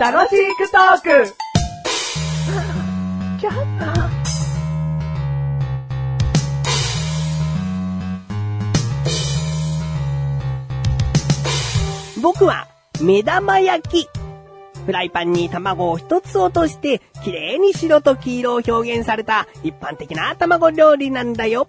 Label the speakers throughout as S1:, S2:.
S1: 楽しくトーク
S2: 僕は、目玉焼き。フライパンに卵を一つ落として、綺麗に白と黄色を表現された一般的な卵料理なんだよ。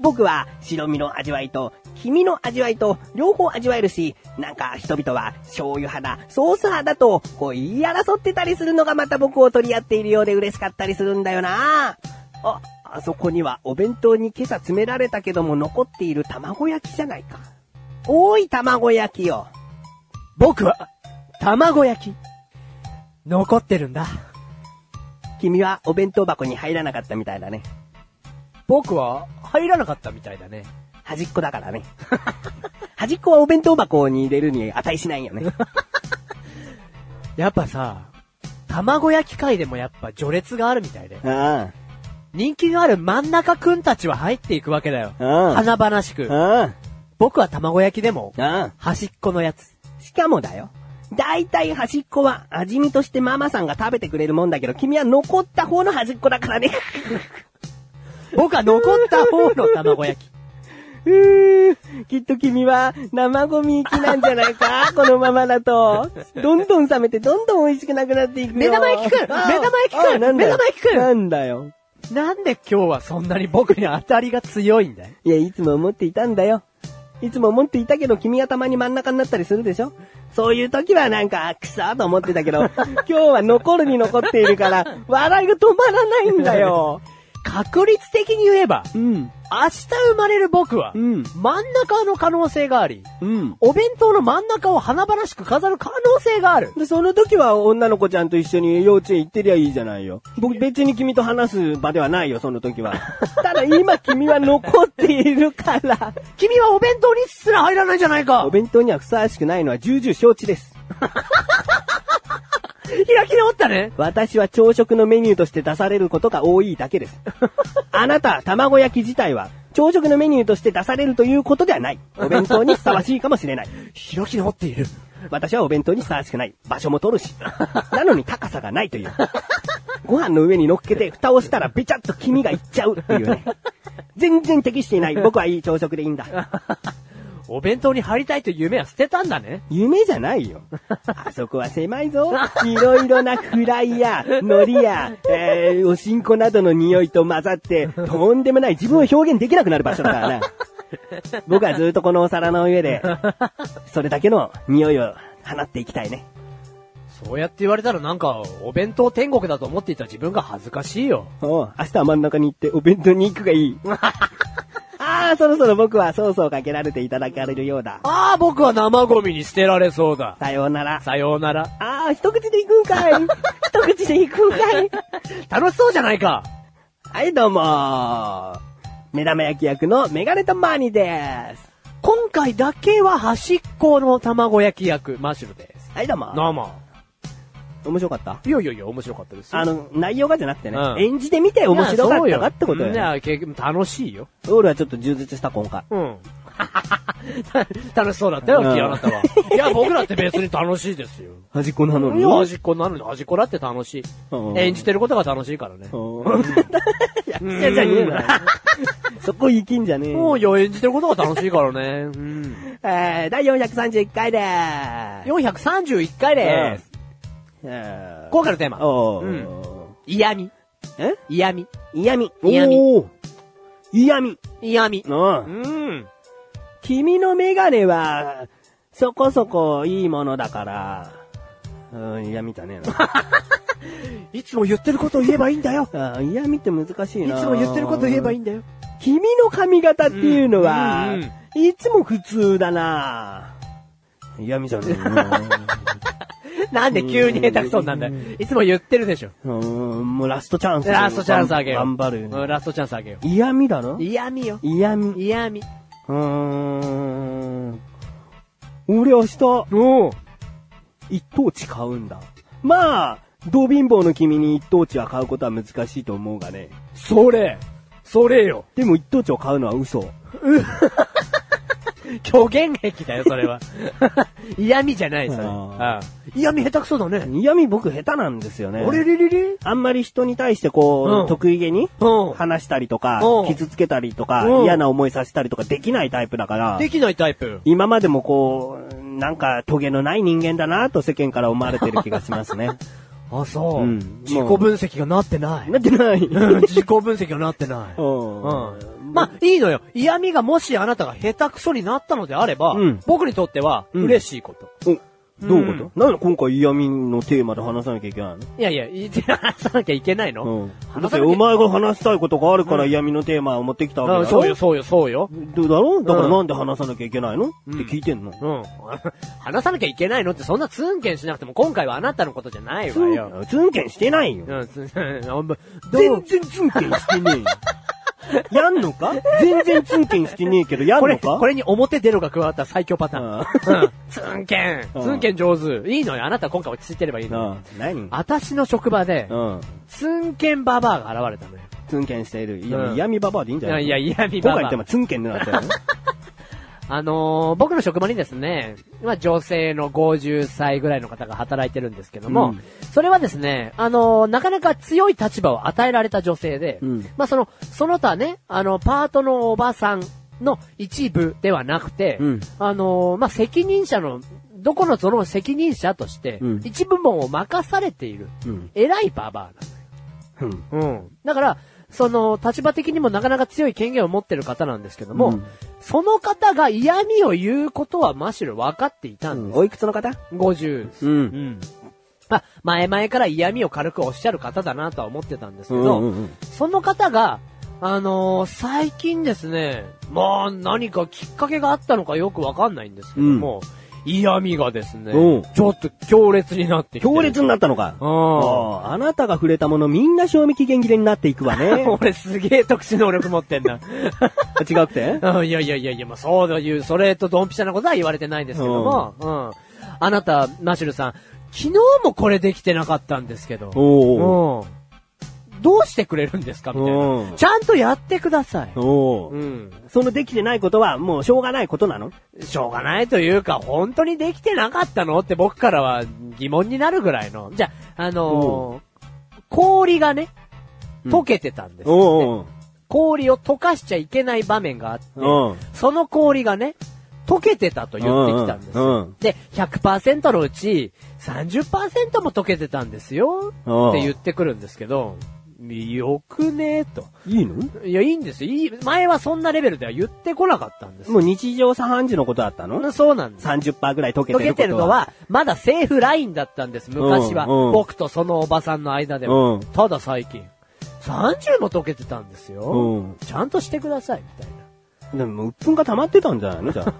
S2: 僕は白身の味わいと黄身の味わいと両方味わえるし、なんか人々は醤油派だ、ソース派だと、こう言い争ってたりするのがまた僕を取り合っているようで嬉しかったりするんだよなあ、あそこにはお弁当に今朝詰められたけども残っている卵焼きじゃないか。おーい卵焼きよ。
S1: 僕は、卵焼き。残ってるんだ。
S2: 君はお弁当箱に入らなかったみたいだね。
S1: 僕は、入らなかったみたいだね。
S2: 端っこだからね。 端っこはお弁当箱に入れるに値しないよ ね。
S1: やっぱさ、卵焼き界でもやっぱ序列があるみたいで。
S2: うん。
S1: 人気がある真ん中くんたちは入っていくわけだよ。
S2: うん
S1: 華々しく
S2: う。ん。
S1: 僕は卵焼きでも、
S2: うん。
S1: 端っこのやつ。
S2: しかもだよ。だいたい端っこは味見としてママさんが食べてくれるもんだけど、君は残った方の端っこだからね。
S1: 僕は残った方の 卵焼き。
S2: うーきっと君は生ゴミ行きなんじゃないか このままだと。どんどん冷めてどんどん美味しくなくなっていくよ。
S1: 目玉焼きくん目玉焼きくん
S2: ああなんだよ
S1: 目玉焼きくん
S2: なんだよ。
S1: なんで今日はそんなに僕に当たりが強いんだよ。
S2: いや、いつも思っていたんだよ。いつも思っていたけど、君はたまに真ん中になったりするでしょそういう時はなんか、くそーと思ってたけ ど、今日は残るに残っているから、笑いが止まらないんだ よ。
S1: 確率的に言えば、
S2: うん、
S1: 明日生まれる僕は、
S2: うん
S1: 真ん中の可能性があり、
S2: うん。
S1: お弁当の真ん中を華々しく飾る可能性がある。
S2: で、その時は女の子ちゃんと一緒に幼稚園行ってりゃいいじゃないよ。僕別に君と話す場ではないよ、その時 は。ただ今君は残っているから、
S1: 君はお弁当にすら入らないじゃないか
S2: お弁当にはふさわしくないのは重々承知です。
S1: 開き直ったね
S2: 私は朝食のメニューとして出されることが多いだけ です。あなた、卵焼き自体は、朝食のメニューとして出されるということではない。お弁当にふさわしいかもしれない。
S1: 開き直っている。
S2: 私はお弁当にふさわしくない。場所も取るし。なのに高さがないという。ご飯の上に乗っけて、蓋をしたらべちゃっと黄身がいっちゃうっていうね。全然適していない。僕はいい朝食でいいんだ。
S1: お弁当に入りたいという夢は捨てたんだね。
S2: 夢じゃないよ。あそこは狭いぞ。いろいろなフライや、海苔や、えー、おしんこなどの匂いと混ざって、とんでもない自分を表現できなくなる場所だからな。僕はずっとこのお皿の上で、それだけの匂いを放っていきたいね。
S1: そうやって言われたらなんか、お弁当天国だと思っていた自分が恥ずかしいよ。
S2: おう明日は真ん中に行ってお弁当に行くがい い。ああ、そろそろ僕はソースをかけられていただかれるようだ。
S1: ああ、僕は生ゴミに捨てられそうだ。
S2: さようなら。
S1: さようなら。
S2: ああ、一口で行くんか い。一口で行くんかい。
S1: 楽しそうじゃないか
S2: はい、どうも目玉焼き役のメガネとマーニーです。
S1: 今回だけは端っこの卵焼き役、マッシュルです。
S2: はい、どうも
S1: なあまあ。
S2: 面白かった
S1: いやいやいや、面白かったですよ。
S2: あの、内容がじゃなくてね、
S1: うん
S2: 演じてみて面白かったかってこと
S1: い
S2: よ、
S1: やそうようんい
S2: ね。
S1: や、結局楽しいよ。
S2: 俺はちょっと充実した今回。
S1: うん。 楽しそうだったよ、
S2: うん
S1: キアナタは。いや、僕だって別に楽しいですよ。
S2: 端っこなの
S1: い
S2: に。
S1: や、端っこなのに端っこだって楽しい
S2: うん。
S1: 演じてることが楽しいからね。
S2: 役者じゃねえな。そこ行きんじゃねえよ。
S1: もう、いや、演じてることが楽しいからね。うん。
S2: えー、第431回でーす。
S1: 431回で
S2: う
S1: す。
S2: えー
S1: 今回のテーマ。
S2: おー
S1: うん嫌味。
S2: え
S1: 嫌味。
S2: 嫌味。
S1: 嫌味
S2: おー。嫌味。
S1: 嫌味。
S2: うん
S1: うん。
S2: 君のメガネは、そこそこいいものだから、うん、嫌味だね
S1: いつも言ってる ことを言えばいいんだよ。
S2: な。あ嫌味って難しい
S1: い
S2: な。
S1: つも言ってることを言えばいい
S2: い。
S1: んだよ。
S2: 君の髪型っていうのは、
S1: うんうん
S2: いつも普通だな。嫌味じゃねえな
S1: なんで急に下手くそになんだよ。いつも言ってるでしょ。
S2: うん、もうラストチャンス。
S1: ラストチャンスあげよう。
S2: 頑張るよ、
S1: うんラストチャンスあげよ
S2: 嫌味だろ
S1: う。嫌味よ。
S2: 嫌味。
S1: 嫌味。
S2: うーん。俺明日、
S1: お
S2: 一等地買うんだ。まあ、ド貧乏の君に一等地は買うことは難しいと思うがね。
S1: それそれよ
S2: でも一等地を買うのは嘘。
S1: 虚言癖だよ、それは。 嫌味じゃない、それ。
S2: あ
S1: うん嫌味下手くそだね。
S2: 嫌味僕下手なんですよね。
S1: あれれれれ
S2: あんまり人に対してこう、
S1: うん
S2: 得意げに
S1: うん。
S2: 話したりとか
S1: うん、
S2: 傷つけたりとか、
S1: うん
S2: 嫌な思いさせたりとかできないタイプだから、
S1: できないタイプ。
S2: 今までもこう、なんか、トゲのない人間だなと世間から思われてる気がしますね。
S1: あ、そう。
S2: うん
S1: 自己分析がなってない。
S2: なってない。
S1: うん自己分析がなってない。
S2: う
S1: うん。まあ、いいのよ。嫌味がもしあなたが下手くそになったのであれば、
S2: うん
S1: 僕にとっては
S2: うん
S1: 嬉しいこと。
S2: おどういうこと、なんで今回嫌味のテーマで話さなきゃいけない
S1: いやいや、言って話さなきゃいけないの、
S2: のうん。
S1: 話さなき
S2: だ
S1: ゃ
S2: ってお前が話したいことがあるから嫌味のテーマを持ってきたわ
S1: あ
S2: けだろ、
S1: そうよ、そうよ、そうよ。
S2: どうだろうだからなんで話さなきゃいけないの、
S1: うん
S2: って聞いてんの。
S1: うん。 話さなきゃいけないのってそんなツンケンしなくても今回はあなたのことじゃない
S2: つ
S1: わよ。
S2: ん、つんけんしてないよ。
S1: うん、ツン、あんまど
S2: 全
S1: う
S2: 然つんけんしてね えよ。やんのか全然つんけんしてねえけど、やん
S1: こ
S2: の
S1: れ、
S2: か
S1: これに表出ろが加わった最強パターン。
S2: あ
S1: うん。 ツンケン。
S2: うん
S1: ツンケン上手。いいのよ。あなた今回落ち着いてればいいのよ。
S2: あ何
S1: 私の職場で、
S2: うん。
S1: ツンケンババアが現れたのよ。
S2: つんけんしている。い
S1: うん
S2: や、嫌味ババアでいいんじゃない
S1: いやいや嫌味バ
S2: バ
S1: バア
S2: バ今回ってつんけんになったよね。
S1: あのー僕の職場にですね、まあ、女性の50歳ぐらいの方が働いてるんですけども、
S2: うん
S1: それはですね、あのーなかなか強い立場を与えられた女性で、
S2: うん
S1: まあ、その、その他ね、あの、パートのおばさんの一部ではなくて、
S2: うん
S1: あのーまあ、責任者の、どこのその責任者として
S2: うん、
S1: 一部門を任されている、
S2: うん。
S1: 偉いババアなの。
S2: うん。
S1: うん。だから、その、立場的にもなかなか強い権限を持ってる方なんですけども、
S2: うん
S1: その方が嫌味を言うことはむしろ分かっていたんです。
S2: おいくつの方
S1: 50。
S2: う。
S1: うんん。まあ、前々から嫌味を軽くおっしゃる方だなとは思ってたんですけ
S2: うん
S1: ど、
S2: うん
S1: その方が、あのー最近ですね、まあ、何かきっかけがあったのかよくわかんないんですけども、嫌味がですね、
S2: うん
S1: ちょっと強烈になってきてる。
S2: 強烈になったのか。
S1: う
S2: あ
S1: ん。
S2: ああなたが触れたものみんな賞味期限切れになっていくわ ね。
S1: 俺すげえ特殊能力持ってんな。
S2: 違うって
S1: うんいやいやいやいや、まあ、そうだいう、それとドンピシャなことは言われてないんですけども、うん。あなた、マシュルさん、昨日もこれできてなかったんですけど、うん。
S2: おお。
S1: どうしてくれるんですかみたいな。
S2: うん
S1: ちゃんとやってください。
S2: お
S1: う
S2: お。
S1: ん。
S2: そのできてないことはもうしょうがないことなの
S1: しょうがないというか、本当にできてなかったのって僕からは疑問になるぐらいの。じゃあ、あのー氷がね、溶けてたんです、
S2: おお。
S1: 氷を溶かしちゃいけない場面があって、
S2: うん。
S1: その氷がね、溶けてたと言ってきたんですよ。
S2: うんうん
S1: で、100%のうち30%も溶けてたんですよ
S2: うん
S1: って言ってくるんですけど、よくねえと。
S2: いいの
S1: いや、いいんですよ。いい前はそんなレベルでは言ってこなかったんです
S2: も
S1: よ。
S2: う日常茶飯事のことだったの
S1: そうなんです。
S2: ?30% ぐらい溶けてる
S1: 溶
S2: こと
S1: けてるの、は、まだセーフラインだったんです、昔は。
S2: うんうん
S1: 僕とそのおばさんの間で
S2: う
S1: は
S2: ん。
S1: ただ最近、30も溶けてたんですよ。
S2: うん。
S1: ちゃんとしてください、みたいな。
S2: でも、鬱憤が溜まってたんじゃないのじゃ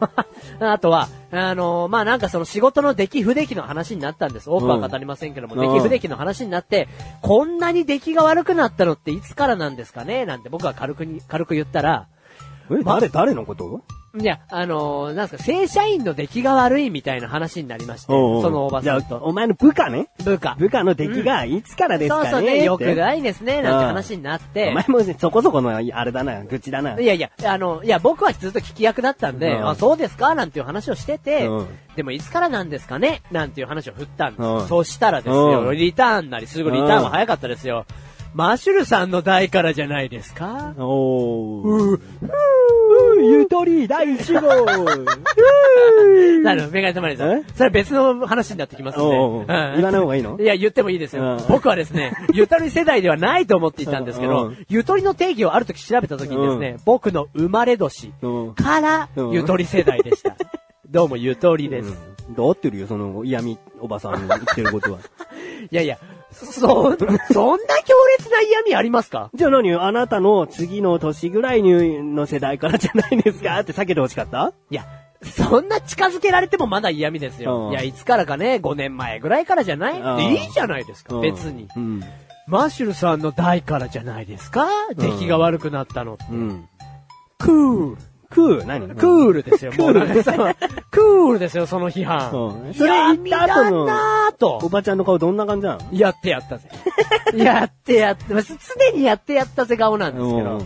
S2: あ。
S1: あとは、あのーまあ、なんかその仕事の出来不出来の話になったんです。多くは語りませんけども、
S2: うん
S1: 出来不出来の話になって、こんなに出来が悪くなったのっていつからなんですかねなんて僕は軽くに、軽く言ったら、
S2: え、
S1: ま
S2: 誰、誰のこと
S1: いや、あのーなんですか、正社員の出来が悪いみたいな話になりまして、
S2: おうおう
S1: そのおばさん
S2: じゃあ
S1: と、
S2: お前の部下ね。
S1: 部下。
S2: 部下の出来がいつからですか
S1: そう
S2: ね。
S1: そう
S2: って
S1: ね、よくないですね、なんて話になっ
S2: お
S1: て。
S2: 前もねそこそこの、あれだな、愚痴だな。
S1: いやいや、あの、いや、僕はずっと聞き役だったんで、
S2: うん
S1: あ、そうですかなんていう話をしてて、
S2: うん
S1: でもいつからなんですかねなんていう話を振ったんです。
S2: うん
S1: そしたらですよ、
S2: うん
S1: リターンなり、すぐリターンは早かったですよ。マシュルさんの代からじゃないですか
S2: おー。ゆとり第1号
S1: なるメガネたまりさん
S2: え。
S1: それは別の話になってきますんで。
S2: おうおう
S1: うん
S2: 言わない方がいいの
S1: いや、言ってもいいですよ。
S2: うん
S1: 僕はで すね、ゆとり世代ではないと思っていたんですけ
S2: う
S1: ど
S2: ん、
S1: ゆとりの定義をある時調べた時にですね、僕の生まれ年
S2: うん
S1: から
S2: うん
S1: ゆとり世代でした。どうもゆとりです。
S2: うん合ってるよ、その嫌味おばさんの言ってることは。
S1: いやいや、そ、そん な強烈な嫌味ありますか
S2: じゃあ何あなたの次の年ぐらいの世代からじゃないですかって避けてほしかった
S1: いや、そんな近づけられてもまだ嫌味です
S2: う
S1: よ。
S2: ん
S1: いや、いつからかね、5年前ぐらいからじゃない
S2: うん
S1: でいいじゃないですか、
S2: うん
S1: 別に。
S2: うん。
S1: マッシュルさんの代からじゃないですか出来が悪くなったの。
S2: うん。
S1: クール。
S2: クー、何
S1: クールですよ、もうなんか
S2: クー
S1: さ。 クールですよ、その批判。
S2: うん
S1: そ
S2: そ
S1: れ
S2: れ
S1: 言
S2: 言
S1: っ
S2: ったた
S1: 後
S2: 後
S1: の。
S2: の
S1: なー
S2: お
S1: と。
S2: ばちゃんの顔どんな感じなの
S1: やってやったぜ。 やってやって、まあす常にやってやったぜ顔なんですけど。
S2: う
S1: うん。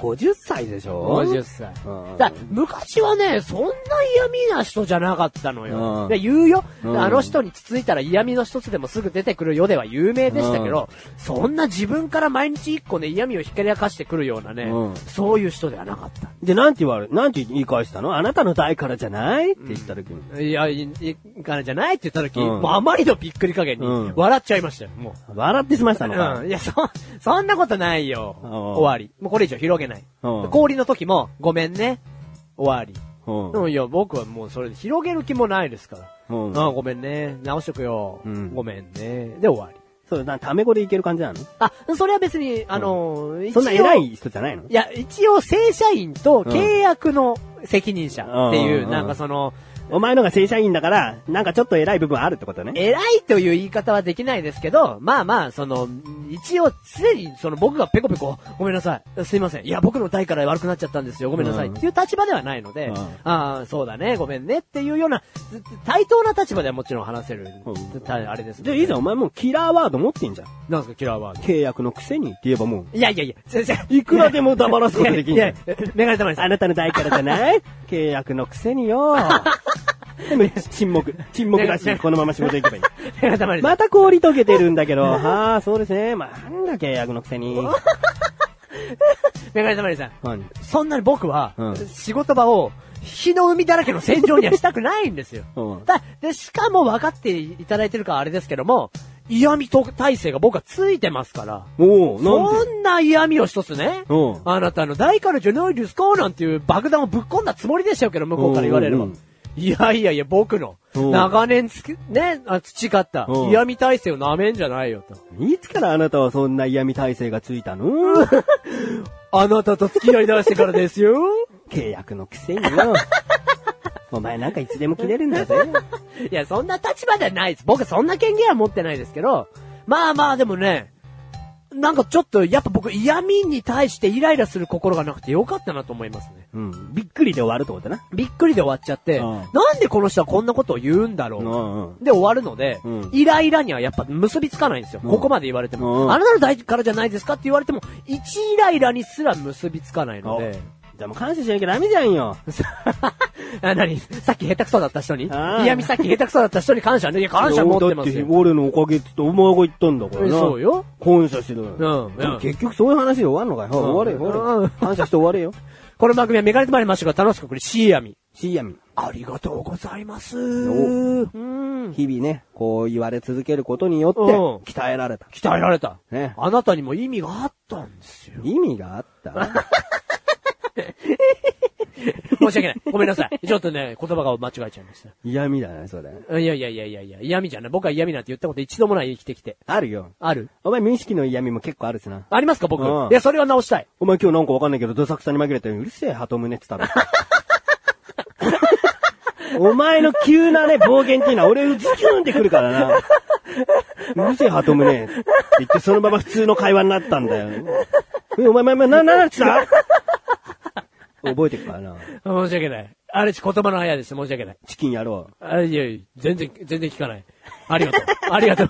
S2: ?50 歳でしょ
S1: 50歳。
S2: うん
S1: だ昔はね、そんな嫌味な人じゃなかったの
S2: う
S1: よ。
S2: ん
S1: で言うよ、
S2: うん
S1: あの人につついたら嫌味の一つでもすぐ出てくるよでは有名でしたけど、そんな自分から毎日一個ね、嫌味をひけらかしてくるようなね、
S2: うん
S1: そういう人ではなかった。
S2: で、なんて言われ、なんて言い返したのあなたの代からじゃないって言った時に。
S1: いや、い、いかなじゃないって言った時、
S2: うん
S1: もうあまりのびっくり加減に
S2: うん、
S1: 笑っちゃいましたよ、もう。
S2: 笑ってしましたのか
S1: うん。いや、そ、そんなことないよ。
S2: うん
S1: 終わり。もうこれ以上広げない。
S2: うん
S1: 氷の時も、ごめんね。終わり。
S2: うん
S1: でもいや、僕はもうそれで広げる気もないですから。
S2: うん
S1: ああ、ごめんね。直しとくよ。
S2: うん
S1: ごめんね。で、終わり。
S2: そう、なタメ語でいける感じなの
S1: あ、それは別に、あのー、一
S2: そ
S1: 応
S2: んな偉い人じゃないの
S1: いや、一応、正社員と契約の責任者ってい
S2: う
S1: う、
S2: ん
S1: なんかその、
S2: お前のが正社員だから、なんかちょっと偉い部分あるってことね。
S1: 偉いという言い方はできないですけど、まあまあ、その、一応、常に、その僕がペコペコ、ごめんなさい、すいません、いや、僕の代から悪くなっちゃったんですよ、ごめんなさい、
S2: うん
S1: っていう立場ではないので、
S2: うん
S1: ああ、そうだね、ごめんね、っていうような、ず対等な立場ではもちろん話せる、
S2: うん
S1: たあれです、ね。
S2: じゃあいいじゃん、お前もうキラーワード持ってんじゃん。
S1: なんですか、キラーワード。
S2: 契約のくせにって言えばもう、
S1: いやいやいや、先生。
S2: いくらでも黙らすことできん
S1: い
S2: じゃ
S1: や
S2: ん
S1: い。や、メガネたまりさ
S2: あ
S1: ん。
S2: なたの代からじゃない 契約のくせによ。でも沈黙、沈黙だし、このまま仕事行けば いい。
S1: メガネたまりさん。
S2: また氷溶けてるんだけど、ああ、そうですね。まあ、なんだ契約のくせ に。
S1: メガネたまりさん。
S2: 何
S1: そんなに僕は
S2: う、ん
S1: 仕事場を、火の海だらけの戦場にはしたくないんですよ。
S2: うん
S1: だで、しかも分かっていただいてるからあれですけども、嫌味と体制が僕はついてますから、
S2: おおな
S1: そ
S2: んで
S1: んな嫌味を一つね、
S2: うん
S1: あなたの代からじゃないですかなんていう爆弾をぶっ込んだつもりでしょうけど、向こうから言われれば。
S2: うんうん
S1: いやいやいや、僕の、
S2: うん
S1: 長年つく、ね、あ培った
S2: う、ん
S1: 嫌味体制を舐めんじゃないよと。
S2: いつからあなたはそんな嫌味体制がついた の
S1: あなたと付き合い出してからですよ。
S2: 契約のくせによ。 お前なんかいつでも切れるんだぜ。
S1: いや、そんな立場ではないです。僕そんな権限は持ってないですけど、まあまあでもね、なんかちょっとやっぱ僕嫌味に対してイライラする心がなくてよかったなと思いますね。
S2: うん。びっくりで終わるってことな。
S1: びっくりで終わっちゃって、
S2: うん
S1: なんでこの人はこんなことを言うんだろう。
S2: ん
S1: で終わるので、
S2: うん
S1: イライラにはやっぱ結びつかないんですよ。
S2: うん
S1: ここまで言われても。
S2: うん
S1: あなたの代からじゃないですかって言われても、一イライラにすら結びつかないので。
S2: じゃあもう感謝しなきゃダメじゃんよ。
S1: あ、なにさっき下手くそだった人に
S2: あー
S1: 嫌味さっき下手くそだった人に感謝ね。いや、感謝持ってます
S2: いや
S1: よ
S2: だ。俺のおかげってお前が言ったんだから
S1: え
S2: な。
S1: そうよ。
S2: 感謝してる。
S1: うん
S2: でも結局そういう話で終わるのかよ。
S1: うん
S2: 終われよ、終われ
S1: うん
S2: よ。感謝して終われよ。
S1: この番組はメガネとまいりましたが、楽しくこれ、シーアミ。
S2: しいやみ。
S1: ありがとうございます。
S2: お
S1: うん。
S2: 日々ね、こう言われ続けることによって、
S1: うん
S2: 鍛えられた。
S1: 鍛えられた。
S2: ね
S1: あなたにも意味があったんですよ。
S2: 意味があった。
S1: 申し訳ない。ごめんなさい。ちょっとね、言葉が間違えちゃいまし
S2: 嫌味だね、それ。
S1: た。いやいやいやいやいや、嫌味じゃない。僕は嫌味なんて言ったこと一度もない生きてきて。
S2: あるよ。
S1: ある
S2: お前無意識の嫌味も結構あるしな。
S1: ありますか僕。
S2: うん
S1: いや、それは直したい。
S2: お前今日なんかわかんないけど、どさくさに紛れて、うるせえ、鳩胸って言ったろ。お前の急なね、暴言っていうのは俺、うずきゅんってくるからな。うるせえ、鳩胸って言って、そのまま普通の会話になったんだよ。え、お前、お前、お前な、な、なってた覚えてるからな。
S1: 申し訳ない。あれ、言葉のあやでした。申し訳ない。
S2: チキンやろう。
S1: あいやいや、全然、全然聞かない。ありがとう。ありがとう。